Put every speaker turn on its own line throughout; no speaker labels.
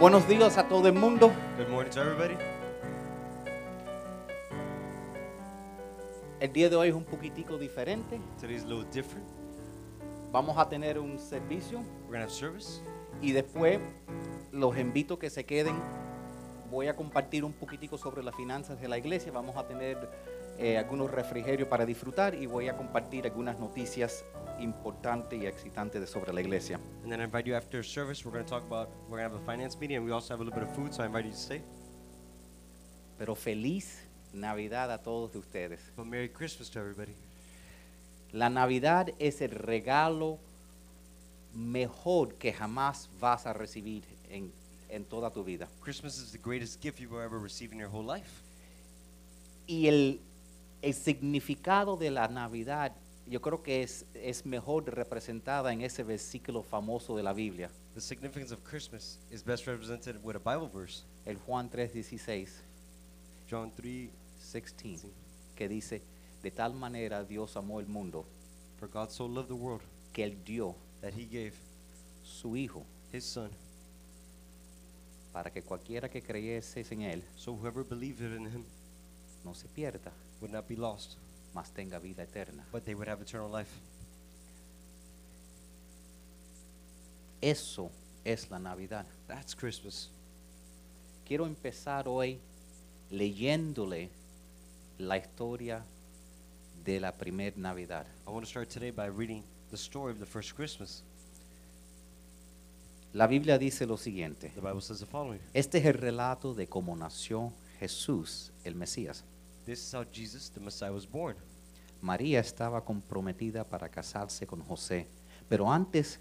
Buenos días a todo el mundo.
Good morning to everybody.
El día de hoy es un poquitico diferente.
Today's a little different.
Vamos a tener un servicio
We're gonna have service.
y después los invito a que se queden. Voy a compartir un poquitico sobre las finanzas de la iglesia. Vamos a tener eh, algunos refrigerios para disfrutar y voy a compartir algunas noticias importantes y excitantes de- sobre la iglesia.
And then I invite you after service. We're gonna talk about. We're gonna have a finance meeting, and we also have a little bit of food. So I invite you to stay.
Pero feliz Navidad a todos de ustedes.
But Merry Christmas to everybody.
La Navidad es el regalo mejor que jamás vas a recibir en, en toda tu vida.
Christmas is the greatest gift you've ever received in your whole life.
Y el, el significado de la Navidad yo creo que es, es mejor representada en ese versículo famoso de la Biblia,
The significance of Christmas is best represented with a Bible verse,
el Juan 3:16,
John 3.
16, que dice, de tal manera Dios amó el mundo
For God so loved the world
que Él dio
that He gave
su Hijo
His Son,
para que cualquiera que creyese en Él
so whoever believed in Him
no se pierda,
would not be lost,
mas tenga vida eterna.
but they would have eternal life.
Eso es la Navidad.
That's Christmas.
Quiero empezar hoy leyéndole la historia de la primer Navidad.
I want to start today by reading the story of the first Christmas.
La Biblia dice lo siguiente.
The Bible says the following.
Este es el relato de cómo nació Jesús, el Mesías.
This is how Jesus, the Messiah, was born.
María estaba comprometida para casarse con José, pero antes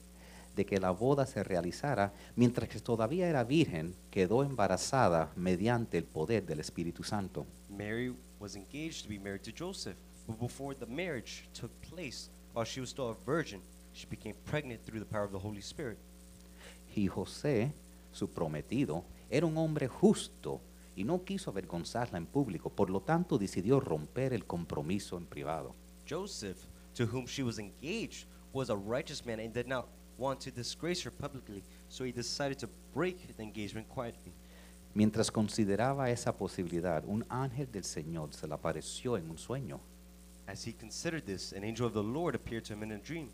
de que la boda se realizara, mientras que todavía era virgen, quedó embarazada mediante el poder del Espíritu Santo.
Mary was engaged to be married to Joseph, but before the marriage took place, while she was still a virgin, she became pregnant through the power of the Holy Spirit.
Y José, su prometido, era un hombre justo y no quiso avergonzarla en público, por lo tanto decidió romper el compromiso en privado.
Joseph, to whom she was engaged, was a righteous man and did not want to disgrace her publicly, so he decided to break the engagement quietly.
Mientras consideraba esa posibilidad, un ángel del Señor se le apareció en un sueño.
As he considered this, an angel of the Lord appeared to him in a dream.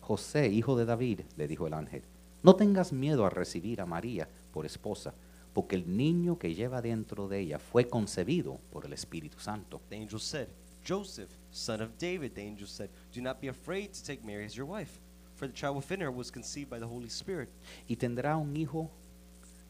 José, hijo de David, le dijo el ángel, no tengas miedo a recibir a María por esposa, porque el niño que lleva dentro de ella fue concebido por el Espíritu Santo.
The angel said, Joseph, son of David, the angel said, do not be afraid to take Mary as your wife, for the child within her was conceived by the Holy Spirit.
y tendrá un hijo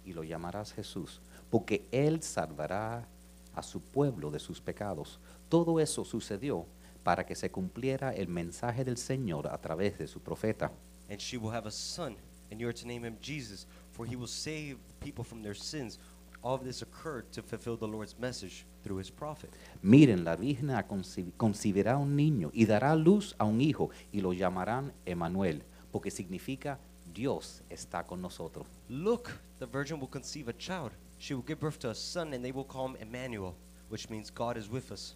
y lo llamarás Jesús, porque él salvará a su pueblo de sus pecados. Todo eso sucedió para que se cumpliera el mensaje del Señor a través de su profeta.
And she will have a son, and you are to name him Jesus, for he will save the people from their sins. All of this occurred to fulfill the Lord's message through his prophet.
Miren, la Virgen ha conci- concebirá un niño y dará luz a un hijo y lo llamarán Emanuel, porque significa Dios está con nosotros.
Look, the virgin will conceive a child. She will give birth to a son, and they will call him Emmanuel, which means God is with us.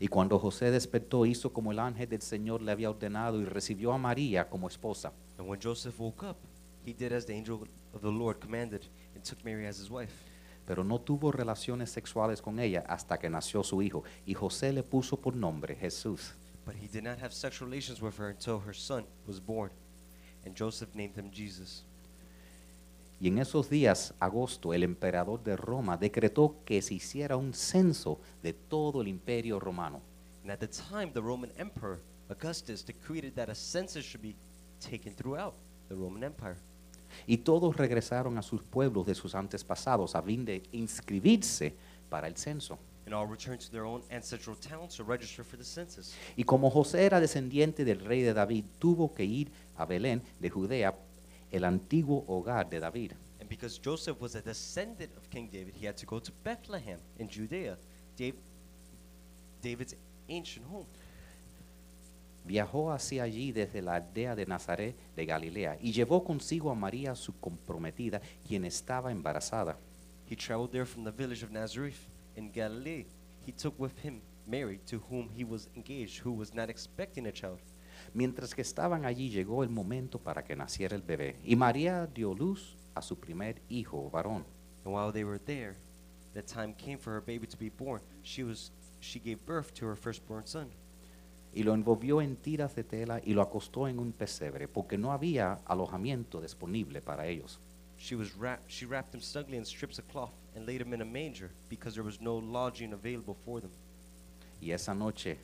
Y cuando José despertó, hizo como el ángel del Señor le había ordenado y recibió a María como esposa.
And when Joseph woke up, he did as the angel of the Lord commanded and took Mary as his wife.
pero no tuvo relaciones sexuales con ella hasta que nació su hijo, y José le puso por nombre Jesús.
But he did not have sexual relations with her until her son was born. And Joseph named him Jesus.
Y en esos días, agosto, el emperador de Roma decretó que se hiciera un censo de todo el imperio romano.
And at the time, the Roman Emperor Augustus decreed that a census should be taken throughout the Roman Empire.
Y todos regresaron a sus pueblos de sus antepasados a fin de inscribirse para el censo.
And all returned to their own ancestral towns to register for the census.
Y como José era descendiente del rey de David, tuvo que ir a Belén de Judea, el antiguo hogar de David.
And because Joseph was a descendant of King David, he had to go to Bethlehem in Judea, Dav- David's ancient home.
Viajó hacia allí desde la aldea de Nazaret de Galilea y llevó consigo a María su comprometida, quien estaba embarazada.
He traveled there from the village of Nazareth in Galilee. He took with him Mary, to whom he was engaged, who was not expecting a child.
Mientras que estaban allí llegó el momento para que naciera el bebé y María dio luz a su primer hijo varón.
And while they were there, the time came for her baby to be born. She was she gave birth to her firstborn son,
Y lo envolvió en tiras de tela y lo acostó en un pesebre, porque no había alojamiento disponible para ellos.
She was wrapped, she wrapped him snugly in strips of cloth and laid him in a manger because there was no lodging available for them.
Y esa noche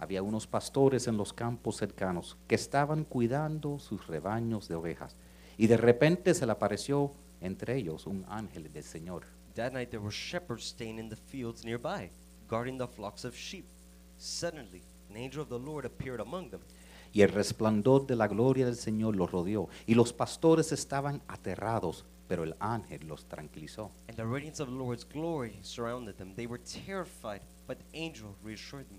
había unos pastores en los campos cercanos que estaban cuidando sus rebaños de ovejas. Y de repente se le apareció entre ellos un ángel del Señor.
That night there were shepherds staying in the fields nearby, guarding the flocks of sheep. Suddenly, an angel of the Lord appeared among them,
Y el resplandor de la gloria del Señor los rodeó. Y los pastores estaban aterrados, pero el ángel los tranquilizó.
and the radiance of the Lord's glory surrounded them. They were terrified, but the angel reassured them.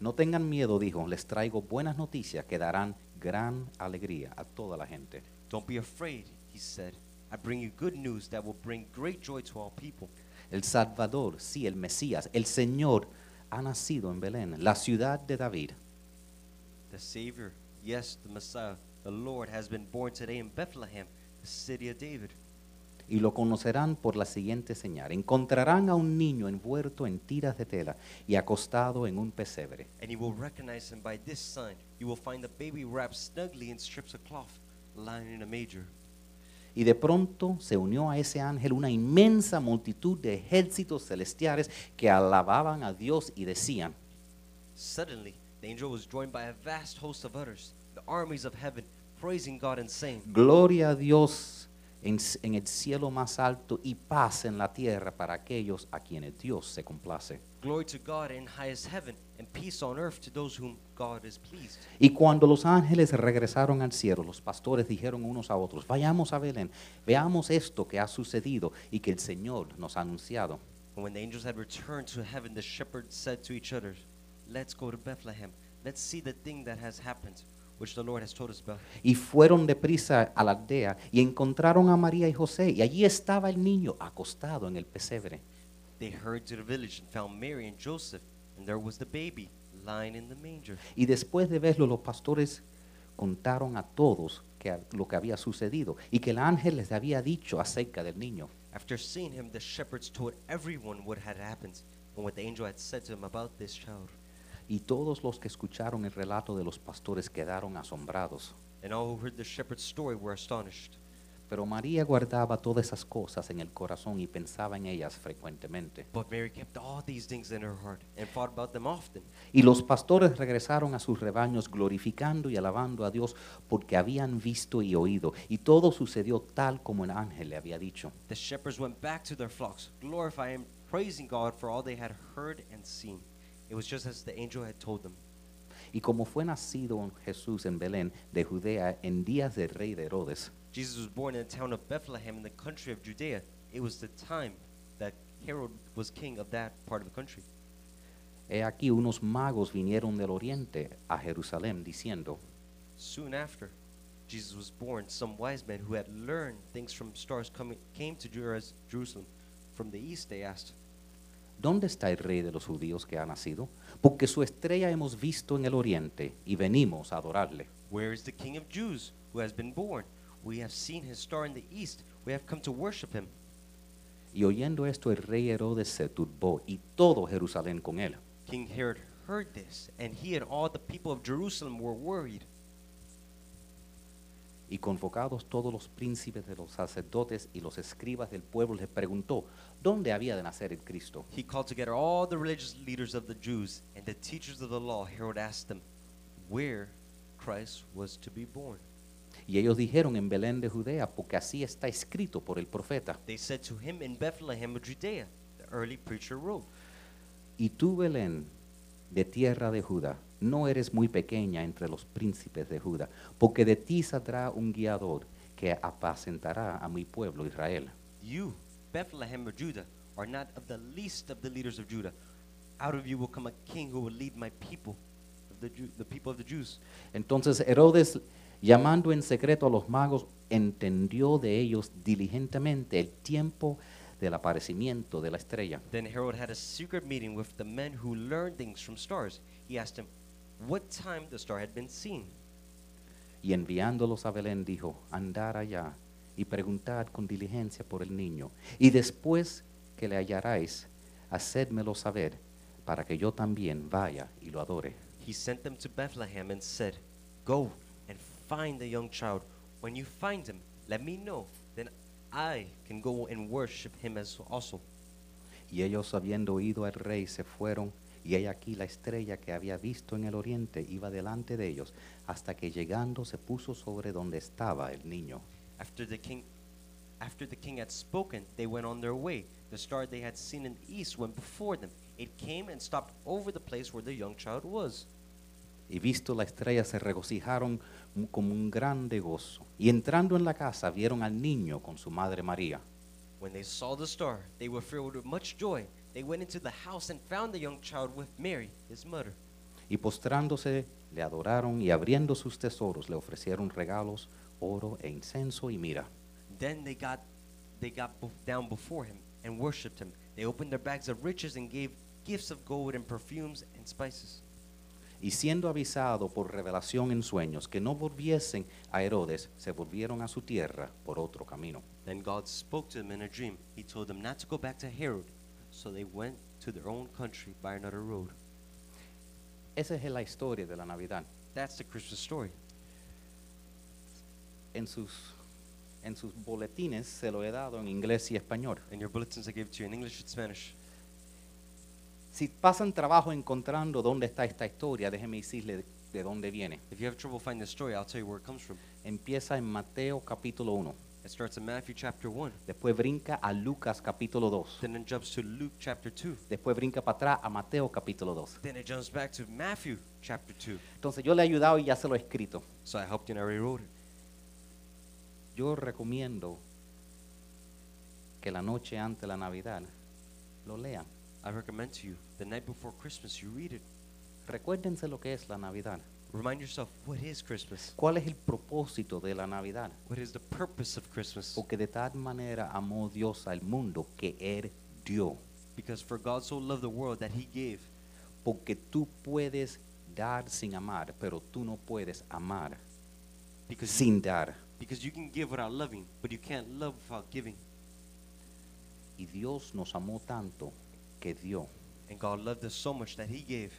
No tengan miedo, dijo, les traigo buenas noticias que darán gran alegría a toda la gente.
Don't be afraid, he said. I bring you good news that will bring great joy to all people.
El Salvador, sí, el Mesías, el Señor, ha nacido en Belén, la ciudad de David.
The Savior, yes, the Messiah, the Lord has been born today in Bethlehem, the city of David.
y lo conocerán por la siguiente señal. Encontrarán a un niño envuelto en tiras de tela y acostado en un pesebre.
And you will recognize him by this sign. You will find the baby wrapped snugly in strips of cloth, lying in a manger.
Y de pronto se unió a ese ángel una inmensa multitud de ejércitos celestiales que alababan a Dios y decían,
Suddenly, the angel was joined by a vast host of others, the armies of heaven, praising God and saying,
Gloria a Dios en, s- en el cielo más alto y paz en la tierra para aquellos a quienes Dios se complace.
Glory to God in highest heaven, and peace on earth to those whom God is pleased.
Y cuando los ángeles regresaron al cielo, los pastores dijeron unos a otros, vayamos a Belén, veamos esto que ha sucedido y que el Señor nos ha anunciado.
And when the angels had returned to heaven, the shepherds said to each other, Let's go to Bethlehem. Let's see the thing that has happened, which the Lord has told us about.
Y fueron deprisa a la aldea y encontraron a María y José, y allí estaba el niño acostado en el pesebre.
They hurried to the village and found Mary and Joseph, and there was the baby lying in the manger.
Y después de verlo, los pastores contaron a todos que, lo que había sucedido y que el ángel les había dicho acerca del niño.
After seeing him, the shepherds told everyone what had happened and what the angel had said to him about this child.
Y todos los que escucharon el relato de los pastores quedaron asombrados.
And all who heard the shepherd's story were astonished.
Pero María guardaba todas esas cosas en el corazón y pensaba en ellas frecuentemente.
But Mary kept all these things in her heart and thought about them often.
Y los pastores regresaron a sus rebaños glorificando y alabando a Dios porque habían visto y oído. Y todo sucedió tal como el ángel le había dicho.
The shepherds went back to their flocks, glorifying, praising God for all they had heard and seen. It was just as the angel had told them.
Y como fue nacido Jesús en Belén de Judea en días del rey de Herodes,
Jesus was born in the town of Bethlehem in the country of Judea. It was the time that Herod was king of that part of the country.
he aquí unos magos vinieron del oriente a Jerusalén diciendo,
Soon after Jesus was born, some wise men who had learned things from stars coming, came to Jeru- Jerusalem. From the east, they asked,
¿Dónde está el rey de los judíos que ha nacido? Porque su estrella hemos visto en el oriente y venimos a adorarle.
Where is the king of Jews who has been born? We have seen his star in the east. We have come to worship him.
Y oyendo esto el rey Herodes se turbó y todo Jerusalén con él.
King Herod heard this, and he and all the people of Jerusalem were worried.
Y convocados todos los príncipes de los sacerdotes y los escribas del pueblo les preguntó, ¿dónde había de nacer el Cristo?
He called together all the religious leaders of the Jews and the teachers of the law. Herod asked them where Christ was to be born.
Y ellos dijeron en Belén de Judea, porque así está escrito por el profeta.
They said to him in Bethlehem of Judea, the early preacher wrote,
Y tú, Belén, de tierra de Judá, no eres muy pequeña entre los príncipes de Judá, porque de ti saldrá un guiador que apacentará a mi pueblo Israel.
You, Bethlehem of Judah, are not of the least of the leaders of Judah. Out of you will come a king who will lead my people, the, Jew, the people of the Jews.
Entonces Herodes, llamando en secreto a los magos, entendió de ellos diligentemente el tiempo del aparecimiento de la estrella.
Then Herod had a secret meeting with the men who learned things from stars. He asked them what time the star had been seen.
Y enviándolos a Belén dijo, andar allá y preguntad con diligencia por el niño. Y después que le hallaréis, hacédmelo saber para que yo también vaya y lo adore.
He sent them to Bethlehem and said, Go and find the young child. When you find him, let me know. Then I can go and worship him as also.
Y ellos habiendo oído al rey se fueron, y he aquí la estrella que había visto en el oriente iba delante de ellos, hasta que llegando se puso sobre donde estaba el niño.
After the king after the king had spoken, they went on their way. The star they had seen in the east went before them. It came and stopped over the place where the young child was.
Y visto la estrella se regocijaron como un grande gozo. Y entrando en la casa vieron al niño con su madre María.
When they saw the star, they were filled with much joy. They went into the house and found the young child with Mary, his mother.
Y postrándose le adoraron y abriendo sus tesoros le ofrecieron regalos, oro e incenso y mira.
Then they got they got bo- down before him and worshipped him. They opened their bags of riches and gave gifts of gold and perfumes and spices.
Y siendo avisado por revelación en sueños que no volviesen a Herodes, se volvieron a su tierra por otro camino.
Then God spoke to them in a dream. He told them not to go back to Herod, so they went to their own country by another road.
Esa es la historia de la Navidad.
That's the Christmas story.
En sus, en sus boletines se lo he dado en inglés y español.
In your bulletins I gave to you in English and Spanish.
Si pasan trabajo encontrando dónde está esta historia, déjeme decirle de dónde viene.
If you have trouble finding the story, I'll tell you where it comes from.
Empieza en Mateo capítulo 1,
It starts in Matthew chapter 1,
después brinca a Lucas capítulo 2,
then it jumps to Luke chapter 2,
después brinca para atrás a Mateo capítulo 2.
then it jumps back to Matthew chapter 2.
Entonces yo le he ayudado y ya se lo he escrito.
So I helped you and I rewrote it.
Yo recomiendo que la noche antes de la Navidad lo lean.
I recommend to you the night before Christmas, you read it.
Recuérdense lo que es la Navidad.
Remind yourself what is Christmas?
¿Cuál es el propósito de la Navidad?
What is the purpose of Christmas?
Porque de tal manera amó Dios al mundo que er Él dio.
Because for God so loved the world that he gave.
Porque tú puedes dar sin amar, pero tú no puedes amar
Because you,
sin dar.
because you can give without loving, but you can't love without giving.
Y Dios nos amó tanto que dio.
And God loved us so much that he gave.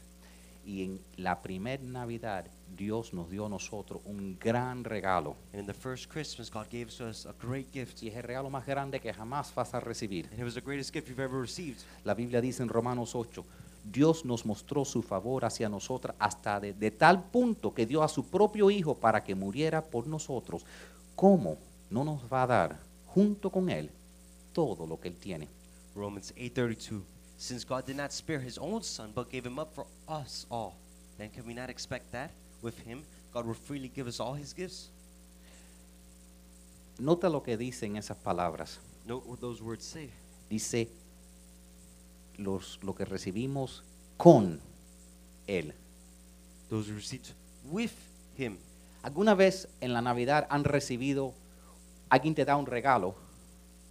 Y en la primer Navidad Dios nos dio a nosotros un gran regalo.
And in the first Christmas, God gave to us a great gift.
Y es el regalo más grande que jamás vas a recibir.
And it was the greatest gift you've ever received.
La Biblia dice en Romanos 8, Dios nos mostró su favor hacia nosotras hasta de, de tal punto que dio a su propio Hijo para que muriera por nosotros. ¿Cómo no nos va a dar junto con Él todo lo que Él tiene?
Romans 8:32 Since God did not spare his own son but gave him up for us all then can we not expect that with him God will freely give us all his gifts
Nota lo que dicen esas palabras.
Note what those words say
Dice los, lo que recibimos con Él.
those who received with him
¿Alguna vez en la Navidad han recibido, alguien te da un regalo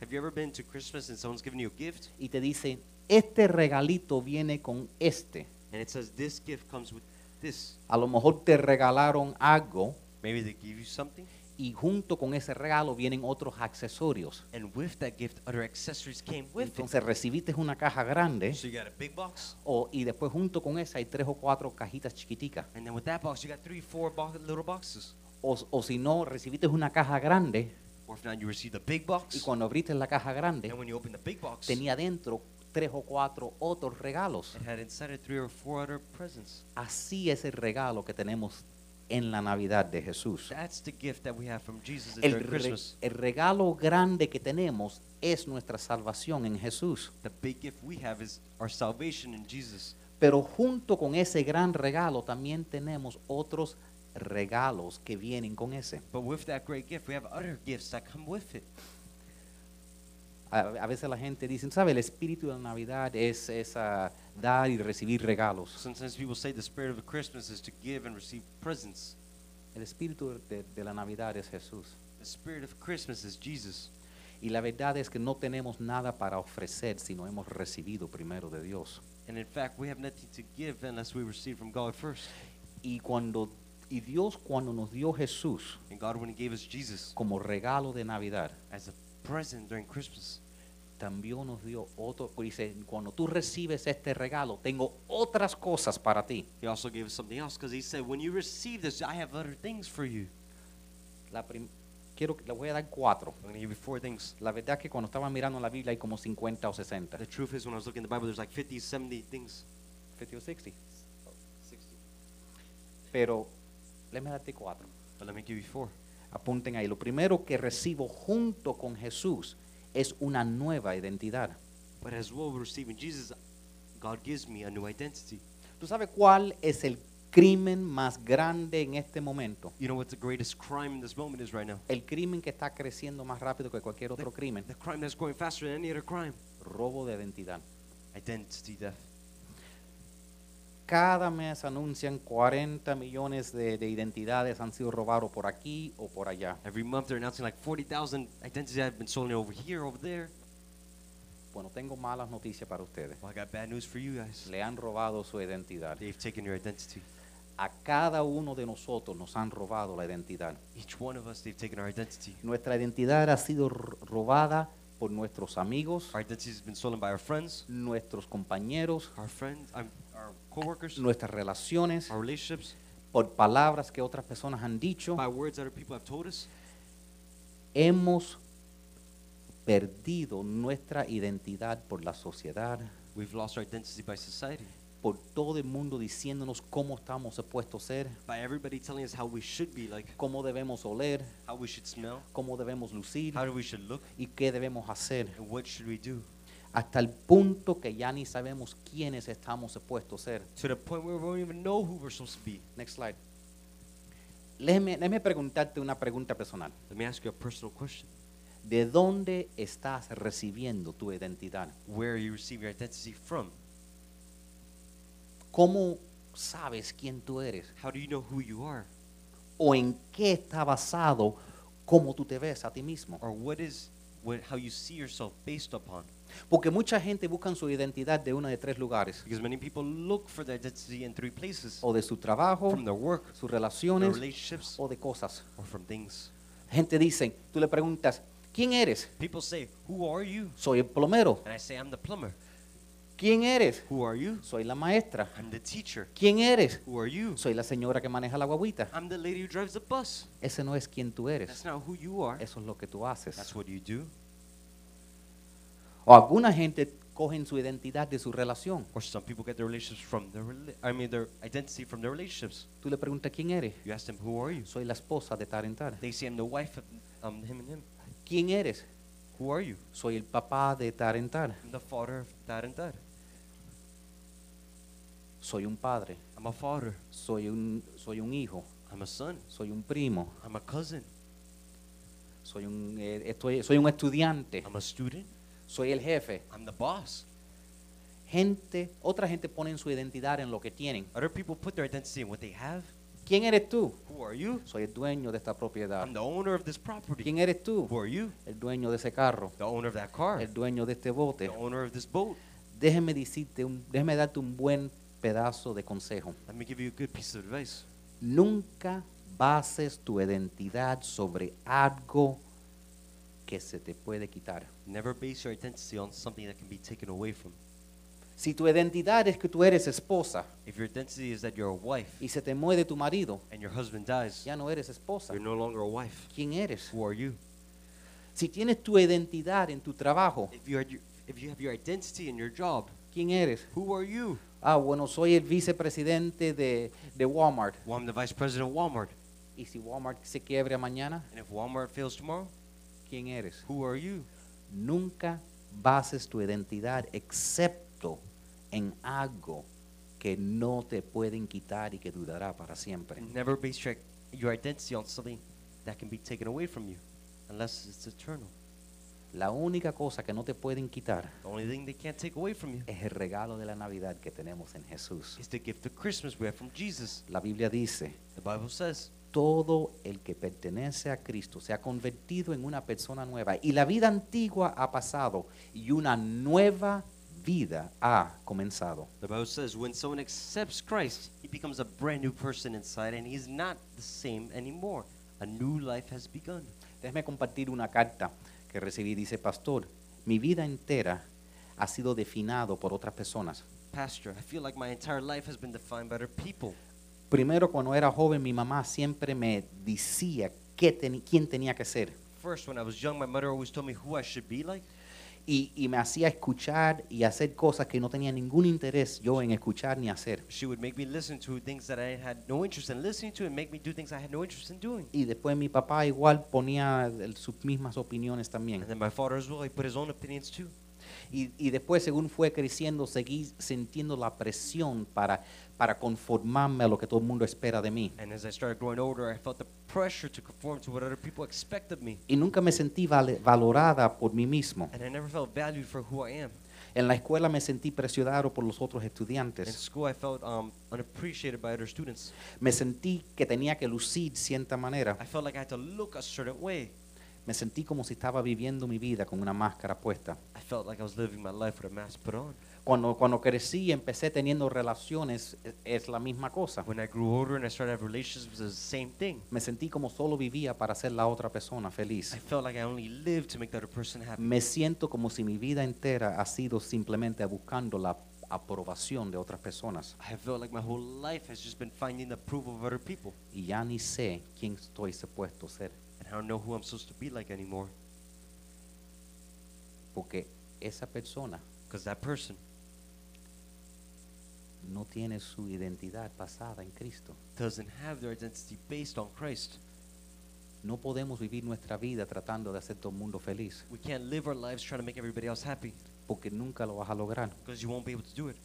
Have you ever been to Christmas and someone's giving you a gift
y te dice, este regalito viene con este?
and it says this gift comes with this
A lo mejor te regalaron algo
maybe they give you something
y junto con ese regalo vienen otros accesorios.
and with that gift other accessories came with it
Entonces recibiste una caja grande
so you got a big box
o, y después junto con esa hay tres o cuatro cajitas chiquiticas.
and then with that box you got three four bo- little boxes
O, o si no, recibiste una caja grande
or if not you receive the big
y
box
cuando abriste la caja grande
and when you open the big box
tenía dentro tres o cuatro otros regalos.
It had inside it three or four other presents.
Así es el regalo que tenemos en la Navidad de Jesús.
That's the gift that we have from Jesus
El,
during
re-
Christmas.
el regalo grande que tenemos es nuestra salvación en Jesús.
The big gift we have is our salvation in Jesus.
Pero junto con ese gran regalo también tenemos otros regalos que vienen con ese.
But with that great gift, we have other gifts that come with it.
A, a veces la gente dice, ¿sabe? El espíritu de la Navidad es, es, ah, dar y recibir regalos.
Sometimes people say the spirit of the Christmas is to give and receive presents.
El espíritu de, de la Navidad es Jesús.
The spirit of Christmas is Jesus.
Y la verdad es que no tenemos nada para ofrecer si no hemos recibido primero de Dios.
And in fact, we have nothing to give unless we receive from God first.
Y cuando Y Dios cuando nos dio Jesús
And God, when He gave us Jesus
como regalo de Navidad,
as a present during Christmas,
también nos dio otro, dice, cuando tú recibes este regalo, tengo otras cosas para ti.
He also gave us something else because He said, When you receive this, I have other things for you.
La prim- quiero, que- le voy a dar cuatro.
I'm going to give you four things.
La verdad es que cuando estaba mirando la Biblia hay como 50 o 60.
The truth is, when I was looking at the Bible, there's like 50, 70 things.
50 o 60. Pero, déjame darte cuatro.
But let me give you four.
Apunten ahí. Lo primero que recibo junto con Jesús es una nueva identidad.
But as well, with receiving Jesus, God gives me a new identity.
¿Tú sabes cuál es el crimen más grande en este momento?
You know what the greatest crime in this moment is right now?
El crimen que está creciendo más rápido que cualquier otro crimen.
The crime that's growing faster than any other crime
Robo de identidad.
identity theft.
Cada mes anuncian 40 millones de, de identidades han sido robados por aquí o por allá.
Every month, they're announcing like 40,000 identities that have been stolen over here, over there.
Bueno, tengo malas noticias para ustedes.
Well, I got bad news for you guys.
Le han robado su identidad.
They've taken your identity.
A cada uno de nosotros nos han robado la identidad.
Each one of us, they've taken our identity.
Nuestra identidad ha sido r- robada por nuestros amigos,
Our identity has been stolen by our friends,
nuestros compañeros,
our friends, um, our coworkers,
nuestras relaciones,
our relationships,
por palabras que otras personas han dicho.
by words that other people have told us.
Hemos perdido nuestra identidad por la sociedad,
We've lost our identity by society,
por todo el mundo diciéndonos cómo estamos supuestos a ser,
by everybody telling us how we should be like,
cómo debemos oler,
how we should smell,
cómo debemos lucir
how we should look,
y qué debemos hacer.
and what should we do.
hasta el punto que ya ni sabemos quiénes estamos supuestos a ser.
To the point where we don't even know who we're supposed to be.
Next slide. Déjeme, déjeme preguntarte una pregunta personal.
Let me ask you a personal question.
¿De dónde estás recibiendo tu identidad?
Where you receive your identity from?
¿Cómo sabes quién tú eres?
How do you know who you are?
¿O en qué está basado cómo tú te ves a ti mismo?
Or what is what, how you see yourself based upon?
Porque mucha gente busca su identidad de uno de tres lugares.
Because many people look for their identity in three places
O de su trabajo,
from their work,
sus
their
relaciones
relationships,
o de cosas.
or from things.
Gente dice, tú le preguntas, ¿quién eres?
People say, Who are you?
Soy el plomero.
And I say, I'm the plumber.
¿Quién eres?
Who are you?
Soy la maestra.
I'm the teacher.
¿Quién eres?
Who are you?
Soy la señora que maneja la guaguita.
I'm the lady who drives the bus.
Ese no es quien tú eres.
That's not who you are.
Eso es lo que tú haces.
That's what you do.
O alguna gente cogen su identidad de su relación.
Or some people get their relationships from their rela- I mean their identity from their relationships.
Tú le preguntas quién eres.
You ask them, Who are you?
Soy la esposa de tal en tal.
They say, I'm the wife of um, him and him.
¿Quién eres?
Who are you?
Soy el papá de tal en tal.
I'm the father of that and that.
Soy un padre.
I'm a father.
Soy un, soy un hijo.
I'm a son.
Soy un primo.
I'm a cousin.
Soy un, eh, estoy- soy un estudiante.
I'm a student.
Soy el jefe.
I'm the boss.
Gente, otra gente pone su identidad en lo que tienen.
Other people put their identity in what they have.
¿Quién eres tú?
Who are you?
Soy el dueño de esta propiedad.
I'm the owner of this property.
¿Quién eres tú?
Who are you?
El dueño de ese carro.
The owner of that car.
el dueño de este bote,
The owner of this boat.
déjeme decirte, un- déjeme darte un buen pedazo de consejo.
Let me give you a good piece of advice.
Nunca bases tu identidad sobre algo que se te puede quitar.
Never base your identity on something that can be taken away from.
Si tu identidad es que tú eres esposa
If your identity is that you're a wife
y se te muere tu marido,
and your husband dies,
ya no eres esposa.
you're no longer a wife.
¿Quién eres?
Who are you?
Si tienes tu identidad en tu trabajo,
If you, are, if you have your identity in your job,
¿quién eres?
who are you?
Ah, bueno, soy el vicepresidente de, de Walmart.
Well, I'm the vice president of Walmart.
Y si Walmart se quiebra mañana,
And if Walmart fails tomorrow,
¿quién eres?
who are you?
Nunca bases tu identidad excepto en algo que no te pueden quitar y que durará para siempre.
Never base your, your identity on something that can be taken away from you, unless it's eternal.
La única cosa que no te pueden quitar
The only thing they can't take away from you
es el regalo de la Navidad que tenemos en Jesús.
is the gift of Christmas we have from Jesus.
La Biblia dice,
The Bible says,
todo el que pertenece a Cristo se ha convertido en una persona nueva y la vida antigua ha pasado y una nueva vida ha comenzado.
The Bible says when someone accepts Christ, he becomes a brand new person inside and he's not the same anymore. A new life has begun.
Déjeme compartir una carta que recibí. Dice, pastor, mi vida entera ha sido definado por otras personas.
Pastor, I feel like my entire life has been defined by other people.
Primero, cuando era joven, mi mamá siempre me decía qué teni- quién tenía que ser.
First, when I was young, my mother always told me who I should be like.
Y, y me hacía escuchar y hacer cosas que no tenía ningún interés yo en escuchar ni hacer.
She would make me listen to things that I had no interest in listening to and make me do things I had no interest in doing.
Y después mi papá igual ponía el- sus mismas opiniones
And
también.
then my father as well, he put his own opinions too.
Y, y después, según fue creciendo, seguí sintiendo la presión para, para conformarme a lo que todo el mundo espera de mí.
And as I started growing older, I felt the pressure to conform to what other people expect of me.
Y nunca me sentí vale- valorada por mí mismo.
And I never felt valued for who I am.
En la escuela me sentí presionado por los otros
In
estudiantes.
school, I felt um, unappreciated by other students.
Me sentí que tenía que lucir cierta manera.
I felt like I had to look a certain way.
Me sentí como si estaba viviendo mi vida con una máscara puesta.
I felt like I was living my life with a mask put on.
Cuando, cuando crecí y empecé teniendo relaciones, e- es la misma cosa.
When I grew older and I started to have relationships, it was the same thing.
Me sentí como solo vivía para hacer la otra persona
I
feliz.
felt like I only lived to make the other person happy.
Me siento como si mi vida entera ha sido simplemente buscando la aprobación de otras personas.
I felt like my whole life has just been finding the approval of other people.
Y ya ni sé quién estoy supuesto ser,
And I don't know who I'm supposed to be like anymore.
porque esa persona
Because that person
no tiene su identidad basada en Cristo.
doesn't have their identity based on Christ.
No podemos vivir nuestra vida tratando de hacer todo el mundo feliz,
We can't live our lives trying to make everybody else happy
porque nunca lo vas a lograr.
because you won't be able to do it.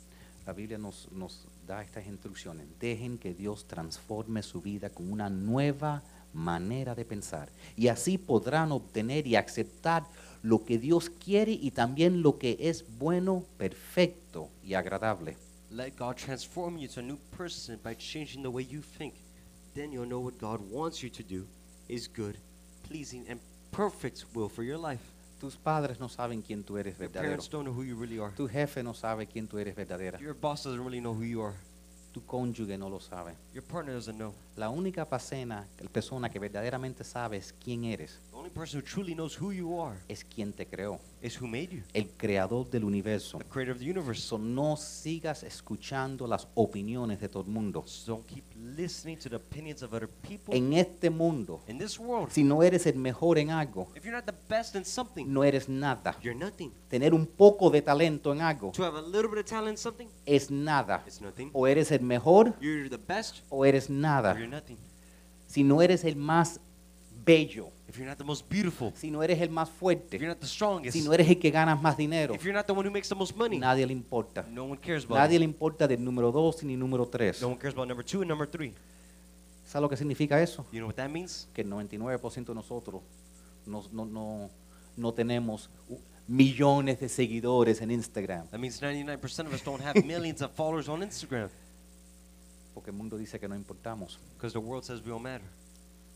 La Biblia nos, nos da estas instrucciones. Dejen que Dios transforme su vida con una nueva manera de pensar. Y así podrán obtener y aceptar lo que Dios quiere y también lo que es bueno, perfecto y agradable.
Let God transform you to a new person by changing the way you think. Then you'll know what God wants you to do is good, pleasing, and perfect will for your life.
Tus padres no saben quién tú eres
Your parents
verdadero.
don't know who you really are.
Tu jefe no sabe quién tú eres verdadera.
Your boss doesn't really know who you are.
Tu cónyuge no lo sabe.
Your partner doesn't know.
La única pasena- persona que verdaderamente sabes quién eres
The only person who truly knows who you are
es quien te creó,
is who made you,
el creador del universo.
the creator of the universe.
So, no sigas escuchando las opiniones de todo el mundo.
So don't keep listening to the opinions of other people
En este mundo,
in this world.
si no eres el mejor en algo,
If you're not the best in something,
no eres nada.
you're nothing.
Tener un poco de talento en algo
To have a little bit of talent in something,
es nada.
it's nothing.
O eres el mejor
You're the best,
o eres nada.
or you're nothing.
Si no eres el más bello,
If you're not the most beautiful,
si no eres el más
if you're
fuerte,
not the strongest,
si no eres el que ganas más dinero,
if you're not the one who makes the most money,
nadie le importa.
no one cares about
Nadie
you.
le importa del número 2 ni número 3.
No one cares about number two and number three.
¿Sabes lo que significa eso?
You know what that means?
Que el 99% de nosotros no, no, no, no tenemos u- millones de seguidores en Instagram,
That means 99% of us don't have millions of followers on Instagram
porque el mundo dice que no importamos.
because the world says we don't matter.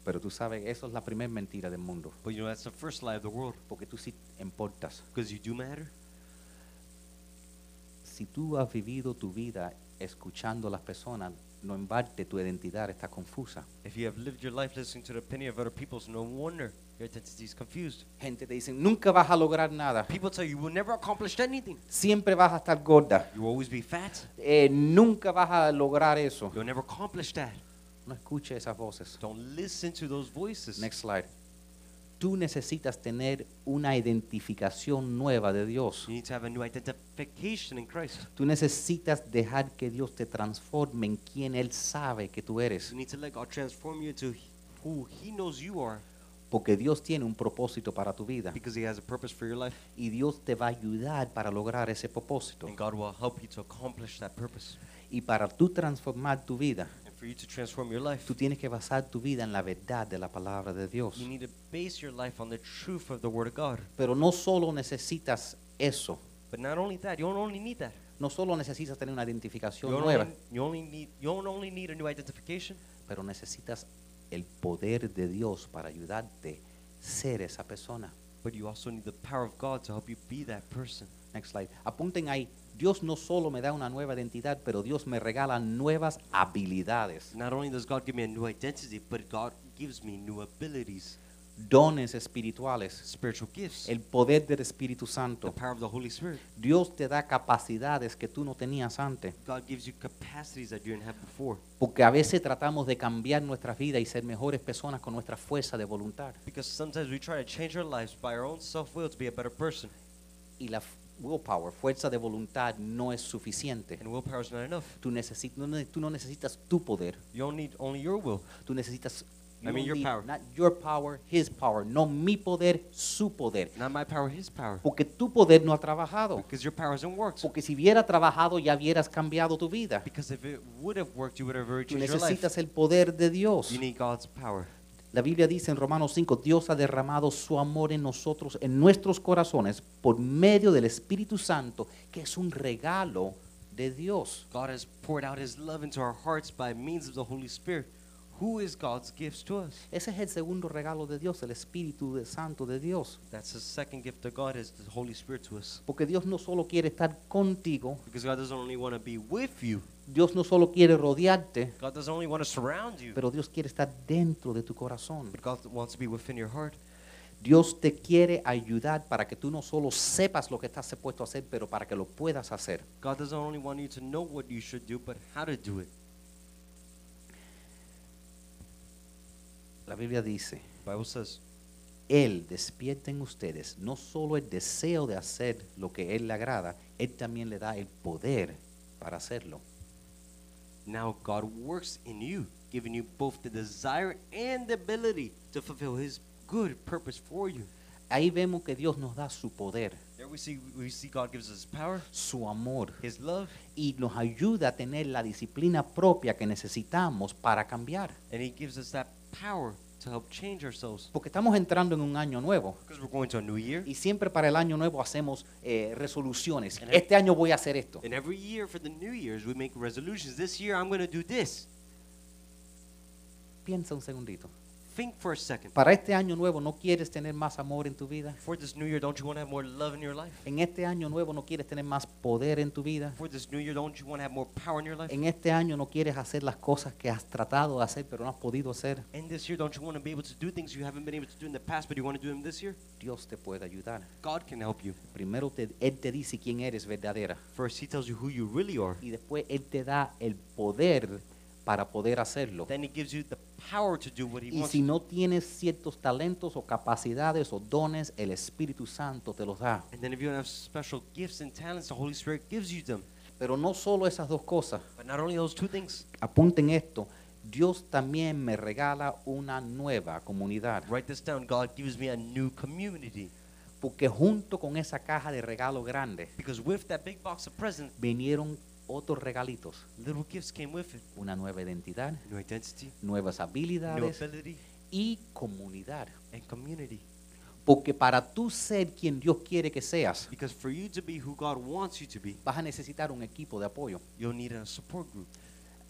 Pero tú sabes, eso es la primera mentira del mundo,
But you know, that's the first lie of the world
porque tú sí importas.
because you do matter.
Si tú has vivido tu vida escuchando a las personas, no en parte tu identidad está confusa.
If you have lived your life listening to the opinion of other people, no wonder your identity is confused.
Gente te dice, nunca vas a lograr nada,
People tell you you will never accomplish anything.
siempre vas a estar gorda,
You will always be fat.
eh, nunca vas a lograr eso.
You'll never accomplish that.
No escuche esas voces.
Don't listen to those voices.
Next slide. Tú necesitas tener una identificación nueva de Dios.
You need to have a new identification in Christ.
Tú necesitas dejar que Dios te transforme en quien Él sabe que tú eres.
You need to let God transform you to who He knows you are
Porque Dios tiene un propósito para tu vida.
because He has a purpose for your life.
Y Dios te va a ayudar para lograr ese propósito.
And God will help you to accomplish that purpose.
Y para tú transformar tu vida,
And for you to transform your life,
tú tienes que basar tu vida en la verdad de la palabra de Dios.
you need to base your life on the truth of the Word of God.
Pero no solo necesitas eso.
But not only that, you don't only need that.
No solo necesitas tener una identificación
You don't,
nueva,
only, you only need you don't only need a new identification,
pero necesitas el poder de Dios para ayudarte a ser esa persona.
but you also need the power of God to help you be that person.
Next slide. Apunten ahí. Dios no solo me da una nueva identidad, pero Dios me regala nuevas habilidades,
Not only does God give me a new identity, but God gives me new abilities,
dones espirituales,
spiritual gifts,
el poder del Espíritu
the
Santo.
power of the Holy Spirit.
Dios te da capacidades que tú no tenías antes,
God gives you capacities that you didn't have before.
porque a veces tratamos de cambiar nuestras vidas y ser mejores personas con nuestra fuerza de voluntad.
Because sometimes we try to change our lives by our own self will to be a better person,
Y la f- willpower, fuerza de voluntad, no es suficiente.
and willpower is not enough.
Tú, necesi- no ne- tú no necesitas tu poder,
You don't need only your will.
tú necesitas...
I mean, your
need
power.
Not your power, his power. No mi poder, su poder.
Not my power, His power.
Porque tu poder no ha trabajado.
Because your power hasn't worked.
Porque si hubiera trabajado ya hubieras cambiado tu vida.
Because if it would have worked, you would have already
Tú
changed your life.
necesitas el poder de Dios.
You need God's power.
La Biblia dice en Romanos 5, Dios ha derramado su amor en nosotros, en nuestros corazones, por medio del Espíritu Santo, que es un regalo de Dios.
God has poured out His love into our hearts by means of the Holy Spirit, who is God's gifts to us.
Ese es el segundo regalo de Dios, el Espíritu de- Santo de Dios.
That's the second gift of God is the Holy Spirit to us.
Porque Dios no solo quiere estar contigo,
Because God doesn't only want to be with you,
Dios no solo quiere rodearte,
God doesn't only want to surround you,
pero Dios quiere estar dentro de tu corazón.
but God wants to be within your heart.
Dios te quiere ayudar para que tú no solo sepas lo que estás puesto a hacer, pero para que lo puedas hacer.
God doesn't only want you to know what you should do, but how to do it.
La Biblia dice,
The Bible says,
Él despierta en ustedes no solo el deseo de hacer lo que a Él le agrada, Él también le da el poder para hacerlo.
Now God works in you, giving you both the desire and the ability to fulfill His good purpose for you.
Ahí vemos que Dios nos da su poder,
There we see we see God gives us power,
su amor,
His love,
y nos ayuda a tener la disciplina propia que necesitamos para cambiar.
and He gives us that power to help change ourselves.
Porque estamos entrando en un año nuevo.
Because we're going to a new year,
Y siempre para el año nuevo hacemos eh, resoluciones.
En el-
Este año voy a hacer esto.
and every year for the New Year's we make resolutions. This year I'm going to do this.
Piensa un segundito.
Think for a second.
Para este año nuevo no quieres tener más amor en tu vida.
For this New Year, don't you want to have more love in your life?
En este año nuevo no quieres tener más poder en tu vida.
For this New Year, don't you want to have more power in your life?
En este año no quieres hacer las cosas que has tratado de hacer pero no has podido hacer.
And this year, don't you want to be able to do things you haven't been able to do in the past, but you want to do them this year?
Dios te puede ayudar.
God can help you.
Primero te- Él te dice quién eres verdadera.
First, He tells you who you really are.
Y después Él te da el poder para poder hacerlo.
Then He gives you the power to do what He
Y
wants.
si no tienes ciertos talentos o capacidades o dones, el Espíritu Santo te los da.
And then, if you have special gifts and talents, the Holy Spirit gives you them.
Pero no solo esas dos cosas.
But not only those two things,
Apunten esto. Dios también me regala una nueva comunidad.
write this down. God gives me a new community.
Porque junto con esa caja de regalo grande
Because with that big box of presents,
vinieron otros regalitos.
little gifts came with it
Una nueva identidad,
new identity,
nuevas
new
habilidades
ability,
y comunidad.
and community.
Porque para tú ser quien Dios quiere que seas,
Because for you to be who God wants you to be,
vas a necesitar un equipo de apoyo.
you'll need a support group.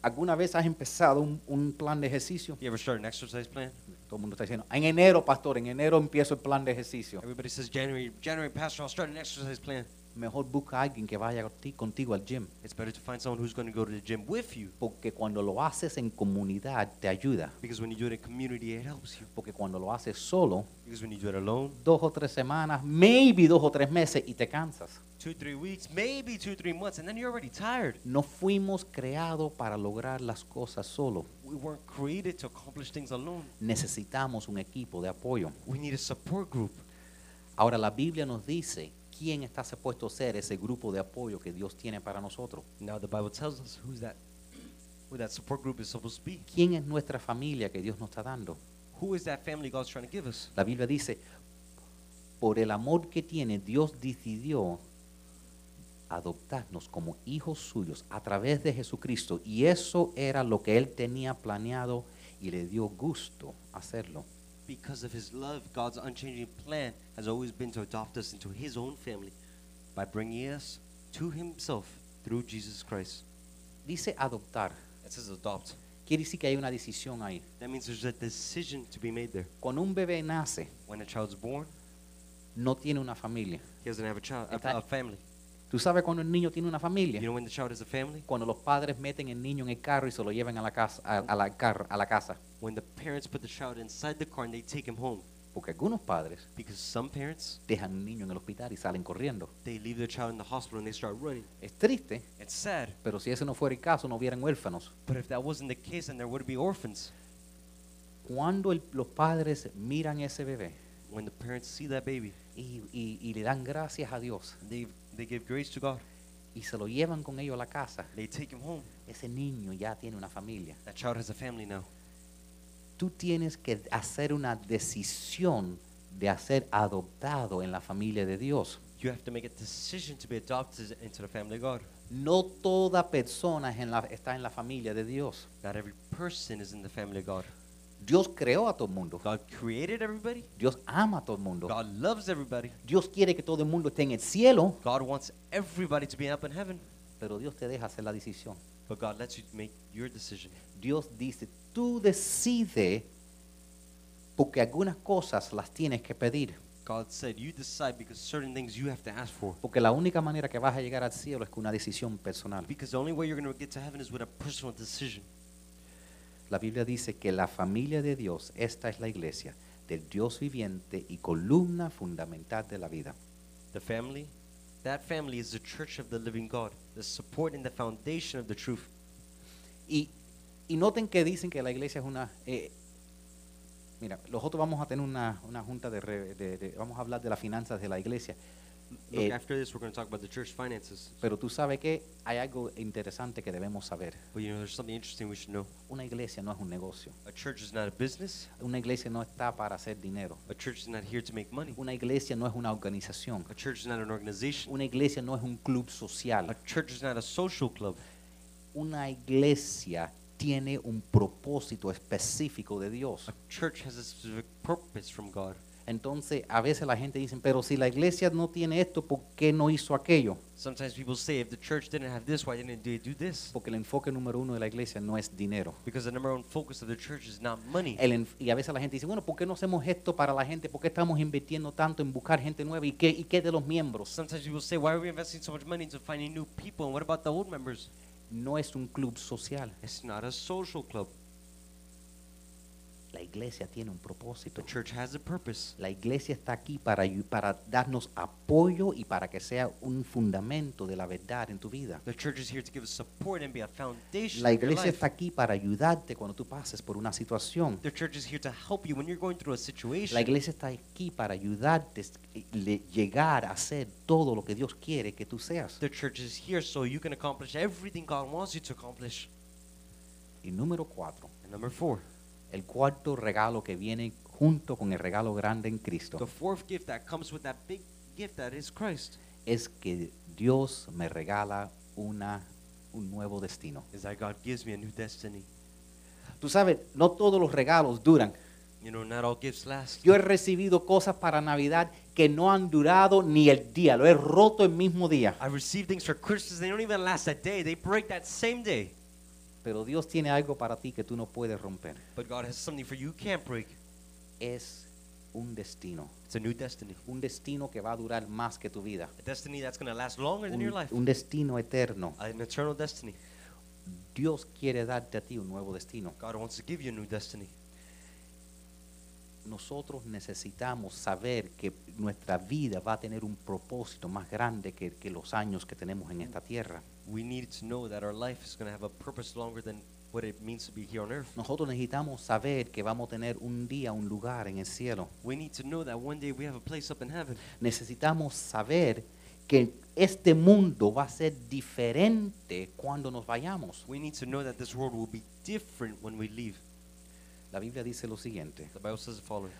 ¿Alguna vez has empezado un- un plan de ejercicio?
You ever start an exercise plan?
Todo el mundo está diciendo, en enero, pastor, en enero empiezo el plan de ejercicio.
Everybody says January, January, Pastor, I'll start an exercise plan.
Mejor busca a alguien que vaya conti- contigo al gym,
It's better to find someone who's going to go to the gym with you
porque cuando lo haces en comunidad te ayuda,
because when you do it in community, it helps you.
porque cuando lo haces solo,
Because when you do it alone,
dos o tres semanas, maybe dos o tres meses y te cansas.
two, three weeks, maybe two, three months, and then you're already tired.
No fuimos creados para lograr las cosas solo.
We weren't created to accomplish things alone.
Necesitamos un equipo de apoyo.
We need a support group.
Ahora la Biblia nos dice quién está supuesto a ser ese grupo de apoyo que Dios tiene para nosotros.
Now the Bible tells us who's that, who that support group is supposed to be.
¿Quién es nuestra familia que Dios nos está dando?
Who is that family God's trying to give us?
La Biblia dice, por el amor que tiene, Dios decidió adoptarnos como hijos suyos a través de Jesucristo. Y eso era lo que él tenía planeado y le dio gusto hacerlo.
Because of His love, God's unchanging plan has always been to adopt us into His own family by bringing us to Himself through Jesus Christ.
Dice adoptar.
It says adopt.
Quiere decir que hay una decisión ahí.
That means there's a decision to be made there.
Cuando un bebé nace,
When a child's born,
no tiene una familia.
he doesn't have a child, a,
Está-
a family.
Tú sabes cuando el niño tiene una familia.
You know when the child is a family?
Cuando los padres meten el niño en el carro y se lo llevan a la casa, a, a la, car- a la casa.
When the parents put the child inside the car and they take him home.
Porque algunos padres
Because some parents,
dejan al niño en el hospital y salen corriendo.
they leave their child in the hospital and they start running.
Es triste,
It's sad.
pero si ese no fuera el caso, no hubieran huérfanos.
But if that wasn't the case, then there would be orphans.
Cuando el- los padres miran ese bebé
When the parents see that baby,
y, y- y le dan gracias a Dios
they, they give grace to God.
y se lo llevan con ellos a la casa,
They take him home.
ese niño ya tiene una familia.
That child has a family now.
Tú tienes que hacer una decisión de ser adoptado en la familia de Dios.
You have to make a decision to be adopted into the family of God.
No toda persona es en la- está en la familia de Dios.
Not every person is in the family of God.
Dios creó a todo el mundo.
God created everybody.
Dios ama a todo el mundo.
God loves everybody.
Dios quiere que todo el mundo esté en el cielo,
God wants everybody to be up in heaven.
pero Dios te deja hacer la decisión.
But God lets you make your decision.
Dios dice, tú decide porque algunas cosas las tienes que pedir.
God said, You decide because certain things you have to ask for.
Porque la única manera que vas a llegar al cielo es con una decisión personal.
Because the only way you're going to get to heaven is with a personal decision.
La Biblia dice que la familia de Dios, esta es la iglesia, del Dios viviente y columna fundamental de la vida.
The family, that family is the church of the living God, the support and the foundation of the truth.
Y, y noten que dicen que la iglesia es una... eh, mira, nosotros vamos a tener una, una junta de, re- de- de- Vamos a hablar de las finanzas de la iglesia.
Look,
Eh,
after this, we're going to talk about the church finances.
pero tú sabes que hay algo interesante que debemos saber.
But you know, there's something interesting we should know.
Una iglesia no es un negocio.
A church is not a business.
Una iglesia no está para hacer dinero.
A church is not here to make money.
Una iglesia no es una organización.
A church is not an organization.
Una iglesia no es un club
A
social.
church is not a social club.
Una iglesia tiene un propósito específico de Dios.
A church has a specific purpose from God.
Entonces, a veces la gente dice, pero si la iglesia no tiene esto, ¿por qué no hizo aquello?
Sometimes people say, if the church didn't have this, why didn't they do this?
Porque el enfoque número uno de la iglesia no es dinero.
Because the number one focus of the church is not money.
El en- y a veces la gente dice, bueno, ¿por qué no hacemos esto para la gente? ¿Por qué estamos invirtiendo tanto en buscar gente nueva? ¿Y qué, y qué de los miembros?
Sometimes people say, why are we investing so much money into finding new people? And what about the old members?
No es un club social.
It's not a social club.
La iglesia tiene un propósito.
The church has a purpose.
La iglesia está aquí para, ayu- para darnos apoyo y para que sea un fundamento de la verdad en tu vida.
The church is here to give us support and be a foundation.
La
of your
iglesia
life.
está aquí para ayudarte cuando tú pases por una situación.
The church is here to help you when you're going through a situation.
La iglesia está aquí para ayudarte a llegar a ser todo lo que Dios quiere que tú seas.
The church is here so you can accomplish everything God wants you to accomplish.
Y número cuatro,
And number four,
el cuarto regalo que viene junto con el regalo grande en
the
Cristo
fourth gift that comes with that big gift that is Christ
es que Dios me regala una, un nuevo destino.
is that God gives me a new destiny.
Tú sabes, no todos los regalos duran.
You know, not all gifts last.
Yo he recibido cosas para Navidad que no han durado ni el día, lo he roto el mismo día.
I receive things for Christmas, they don't even last a day, they break that same day.
Pero Dios tiene algo para ti que tú no puedes romper.
But God has something for you you can't break.
Es un destino,
It's a new destiny.
un destino que va a durar más que tu vida,
A destiny that's going to last longer than your
un,
life.
un destino eterno.
An eternal destiny.
Dios quiere darte a ti un nuevo destino.
God wants to give you a new destiny.
Nosotros necesitamos saber que nuestra vida va a tener un propósito más grande que, que los años que tenemos en esta tierra.
We need to know that our life is going to have a purpose longer than what it means to be here on earth.
Nosotros necesitamos saber que vamos a tener un día, un lugar en el cielo.
We need to know that one day we have a place up in heaven.
Necesitamos saber que este mundo va a ser diferente cuando nos vayamos.
We need to know that this world will be different when we leave.
La Biblia dice lo siguiente.
The Bible says the following.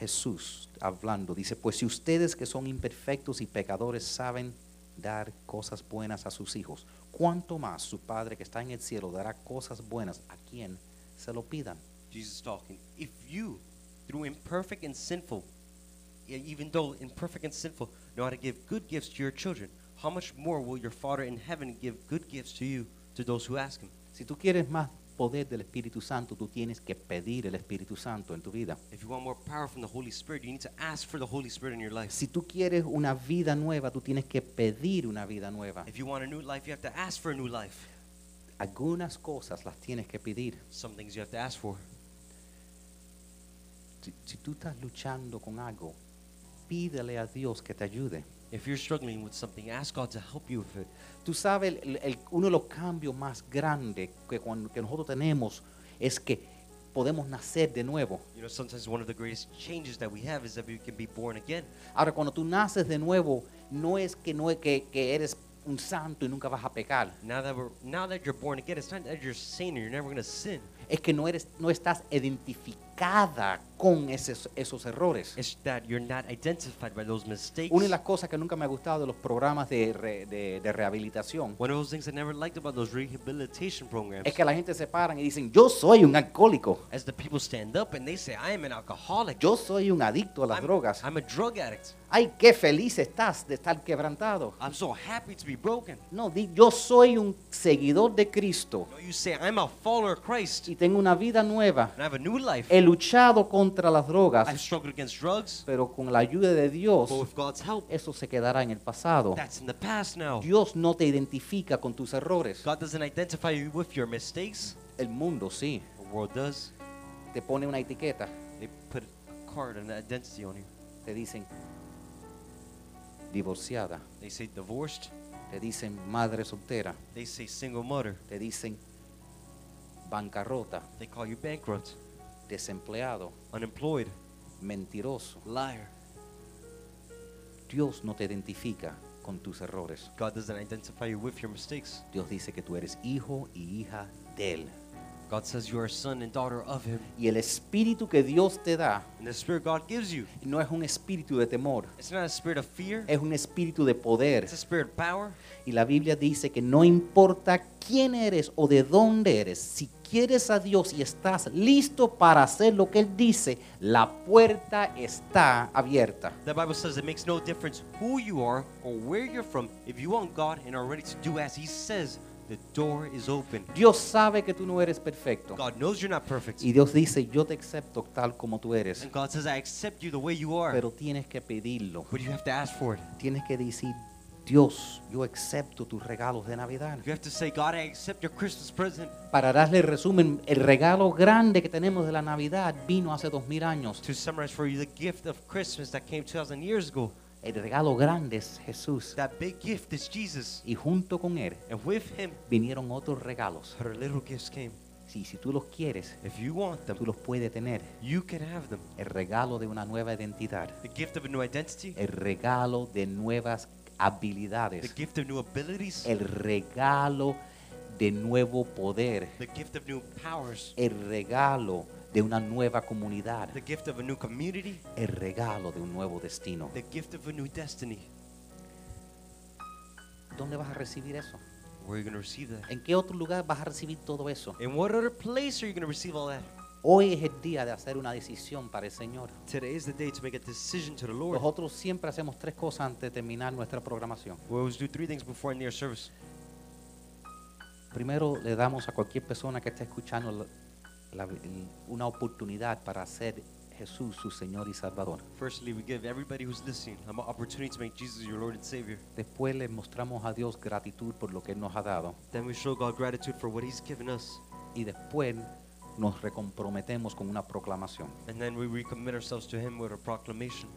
Jesús hablando dice, pues si ustedes que son imperfectos y pecadores saben dar cosas buenas a sus hijos, ¿cuánto más su Padre que está en el cielo dará cosas buenas a quien se lo pidan?
Jesus talking. If you, through imperfect and sinful, e- even though imperfect and sinful, know how to give good gifts to your children, how much more will your Father in heaven give good gifts to you, to those who ask Him?
Si tú quieres más poder del Espíritu Santo, tú tienes que pedir el Espíritu Santo en tu vida.
If you want more power from the Holy Spirit, you need to ask for the Holy Spirit in your life.
Si tú quieres una vida nueva, tú tienes que pedir una vida nueva.
If you want a new life, you have to ask for a new life.
Algunas cosas las tienes que pedir.
Some things you have to ask for.
Si, si tú estás luchando con algo, pídele a Dios que te ayude.
If you're struggling with something, ask God to help you with it.
Tú sabes, el- el- uno de los cambios más grandes que, cuan- que nosotros tenemos es que podemos nacer de nuevo.
You know, sometimes one of the greatest changes that we have is that we can be born again.
Ahora, cuando tú naces de nuevo, no es que, no es que, que eres un santo y nunca vas a pecar.
Now that we're now that you're born again, it's not that you're saner, you're never gonna sin.
Es que no, eres, no estás identificada con esos, esos errores.
It's that you're not identified by those mistakes.
Una de las cosas que nunca me ha gustado de los programas de, re- de- de rehabilitación
One of those things I never liked about those rehabilitation programs
es que la gente se paran y dicen, yo soy un alcohólico,
as the people stand up and they say, I am an alcoholic.
yo soy un adicto a las
I'm,
drogas.
I'm a drug addict.
Ay, qué feliz estás de estar quebrantado.
I'm so happy to be broken.
No, di, yo soy un seguidor de Cristo
No, you say, I'm a follower of Christ
y tengo una vida nueva.
and I have a new life.
He luchado contra las
I've
drogas,
struggled against drugs,
pero con la ayuda de Dios,
but with God's help,
eso se quedará en el pasado.
that's in the past now.
Dios no te identifica con tus errores.
God doesn't identify you with your mistakes.
El mundo sí,
The world does.
te pone una etiqueta.
They put a card and an identity on you.
Te dicen divorciada,
They say divorced.
te dicen madre soltera,
They say single mother.
te dicen bancarrota,
They call you bankrupt,
desempleado,
unemployed,
mentiroso.
liar.
Dios no te identifica con tus errores.
God doesn't identify you with your mistakes.
Dios dice que tú eres hijo y hija de Él.
God says you are a son and daughter of Him.
Y el espíritu que Dios te da
And the spirit God gives you,
no es un espíritu de temor,
it's not a spirit of fear,
es un espíritu de poder.
it's a spirit of power.
Y la Biblia dice que no importa quién eres o de dónde eres, si quieres a Dios y estás listo para hacer lo que Él dice, la puerta está abierta.
The Bible says it makes no difference who you are or where you're from. If you want God and are ready to do as He says, the door is open.
Dios sabe que tú no eres perfecto.
God knows you're not perfect.
Y Dios dice, yo te acepto tal como tú eres.
And God says, I accept you the way you are.
Pero tienes que pedirlo.
But you have to ask for it.
Tienes que decir, Dios, yo acepto tus regalos de Navidad.
You have to say, God, I accept your Christmas present.
Para darle el resumen, el regalo grande que tenemos de la Navidad vino hace dos mil años.
To summarize for you, the gift of Christmas that came 2,000 years ago.
El regalo grande es Jesús.
That big gift is Jesus.
Y junto con Él
And with Him,
vinieron otros regalos.
her little gifts came.
Si, si tú los quieres,
If you want
tú
them,
los puedes tener.
you can have them.
El regalo de una nueva identidad.
The gift of a new identity,
El regalo de nuevas
the
habilidades.
gift of new abilities,
El regalo de nuevo poder.
the gift of new powers,
El regalo de una nueva comunidad.
the gift of a new community,
El regalo de un nuevo destino.
the gift of a new destiny.
¿Dónde vas a recibir eso?
Where are you going to receive that?
¿En qué otro lugar vas a recibir todo eso?
In what other place are you going to receive all that?
Hoy es el día de hacer una decisión para el Señor.
Today is the day to make a decision to the Lord.
Nosotros siempre hacemos tres cosas antes de terminar nuestra programación.
We always do three things before ending our service.
Primero le damos a cualquier persona que esté escuchando la- la- el- una oportunidad para hacer Jesús su Señor y Salvador.
Firstly, we give everybody who's listening an opportunity to make Jesus your Lord and Savior.
Después le mostramos a Dios gratitud por lo que Él nos ha dado.
Then we show God gratitude for what He's given us.
Y después nos recomprometemos con una proclamación.
And then we recommit ourselves to Him with a proclamation.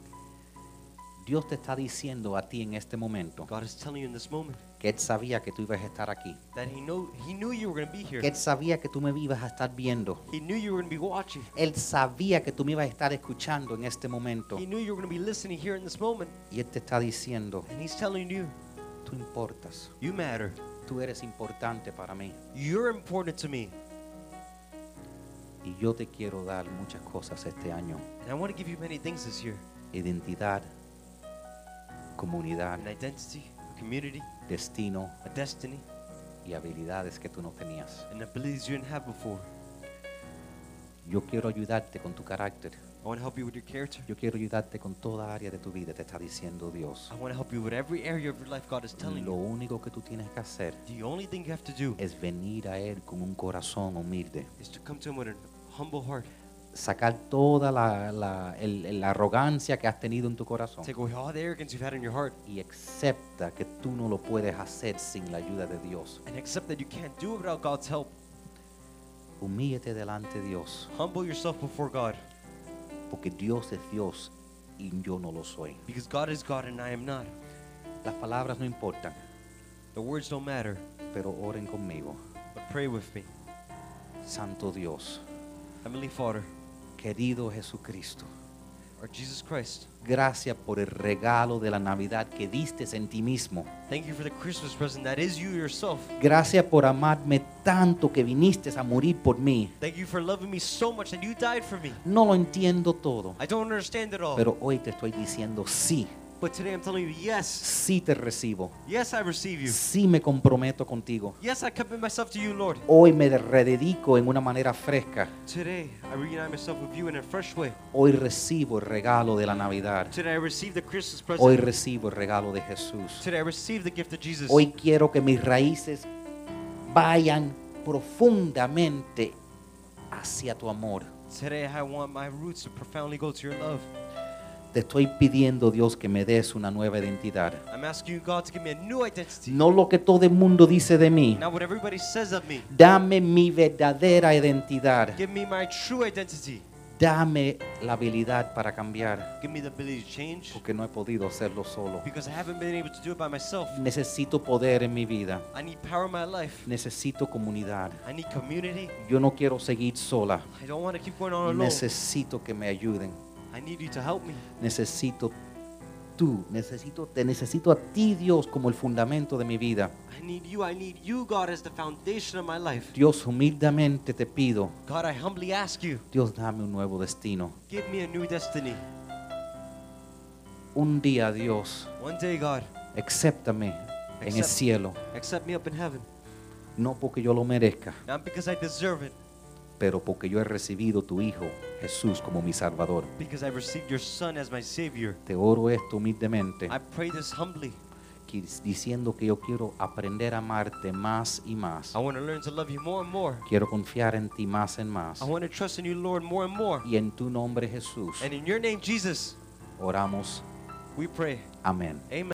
Dios te está diciendo a ti en este momento
God is telling you in this moment
que Él sabía que tú ibas a estar aquí.
that He know He knew you were going to be here.
Que Él sabía que tú me ibas a estar viendo.
He knew you were going to be watching.
Él sabía que tú me ibas a estar escuchando en este momento.
He knew you were going to be listening here in this moment.
Y Él te está diciendo,
And He's telling you,
tú importas.
you matter.
Tú eres importante para mí.
You're important to me.
Y yo te quiero dar muchas cosas este año.
And I want to give you many things this year
Identidad, comunidad,
an identity, a community,
destino
a destiny,
y habilidades que tú no tenías.
and abilities you didn't have before.
Yo quiero ayudarte con tu carácter.
I want to help you with your character.
Yo quiero ayudarte con toda área de tu vida, te está diciendo Dios.
I want to help you with every area of your life God is telling
Lo
you.
único que tú tienes que hacer
The only thing you have to do
es venir a Él con un corazón humilde.
is to come to Him with a humble heart.
Sacar toda la, la- el- el- la arrogancia que has tenido en tu corazón.
Take away all the arrogance you've had in your heart
Y acepta que tú no lo puedes hacer sin la ayuda de Dios.
and accept that you can't do it without God's help.
Humíllate delante de Dios.
Humble yourself before God
Porque Dios es Dios y yo no lo soy.
because God is God and I am not.
Las palabras no importan,
The words don't matter,
pero oren conmigo.
but pray with me.
Santo Dios,
Heavenly Father,
querido Jesucristo,
or Jesus Christ,
gracias por el regalo de la Navidad que diste en ti mismo.
thank you for the Christmas present that is you yourself.
Gracias por amarme tanto que viniste a morir por mí.
Thank you for loving me so much that you died for me.
No lo entiendo todo,
I don't understand it all,
pero hoy te estoy diciendo sí,
but today I'm telling you, yes,
sí te recibo,
yes, I receive you.
sí me comprometo contigo.
Yes, I commit myself to you, Lord.
Hoy me rededico en una manera fresca.
Today, I reunite myself with you in a fresh way.
Hoy recibo el regalo de la Navidad.
Today, I receive the Christmas present.
Hoy recibo el regalo de Jesús.
Today, I receive the gift of Jesus.
Hoy quiero que mis raíces vayan profundamente hacia tu amor.
Today, I want my roots to profoundly go to your love.
Te estoy pidiendo, Dios, que me des una nueva identidad.
I'm asking you, God, to give me a new identity.
No lo que todo el mundo dice de mí.
Not what everybody says of me.
Dame mi verdadera identidad.
Give me my true identity.
Dame la habilidad para cambiar,
Give me the ability to change
porque no he podido hacerlo solo.
because I haven't been able to do it by myself.
Necesito poder en mi vida.
I need power in my life.
Necesito comunidad.
I need community.
Yo no quiero seguir sola.
I don't want to keep going on alone.
Necesito que me ayuden.
I need you to help me.
Necesito tú, necesito te necesito a ti Dios como el fundamento de mi vida.
I need you. I need you, God, as the foundation of my life.
Dios humildemente te pido,
God, I humbly ask you,
Dios dame un nuevo destino.
give me a new destiny.
Un día Dios,
One day, God,
acéptame en el
Accept-
cielo,
accept me up in heaven.
no porque yo lo merezca,
Not because I deserve it,
pero porque yo he recibido tu hijo Jesús como mi salvador.
because I received your Son as my Savior.
Te oro esto humildemente,
I pray this humbly.
qui- diciendo que yo quiero aprender a amarte más y más.
I want to learn to love you more and more.
Quiero confiar en ti más en más.
I want to trust in you, Lord, more and more.
Y en tu nombre Jesús
And in your name, Jesus,
oramos.
we pray.
Amén.
Amen.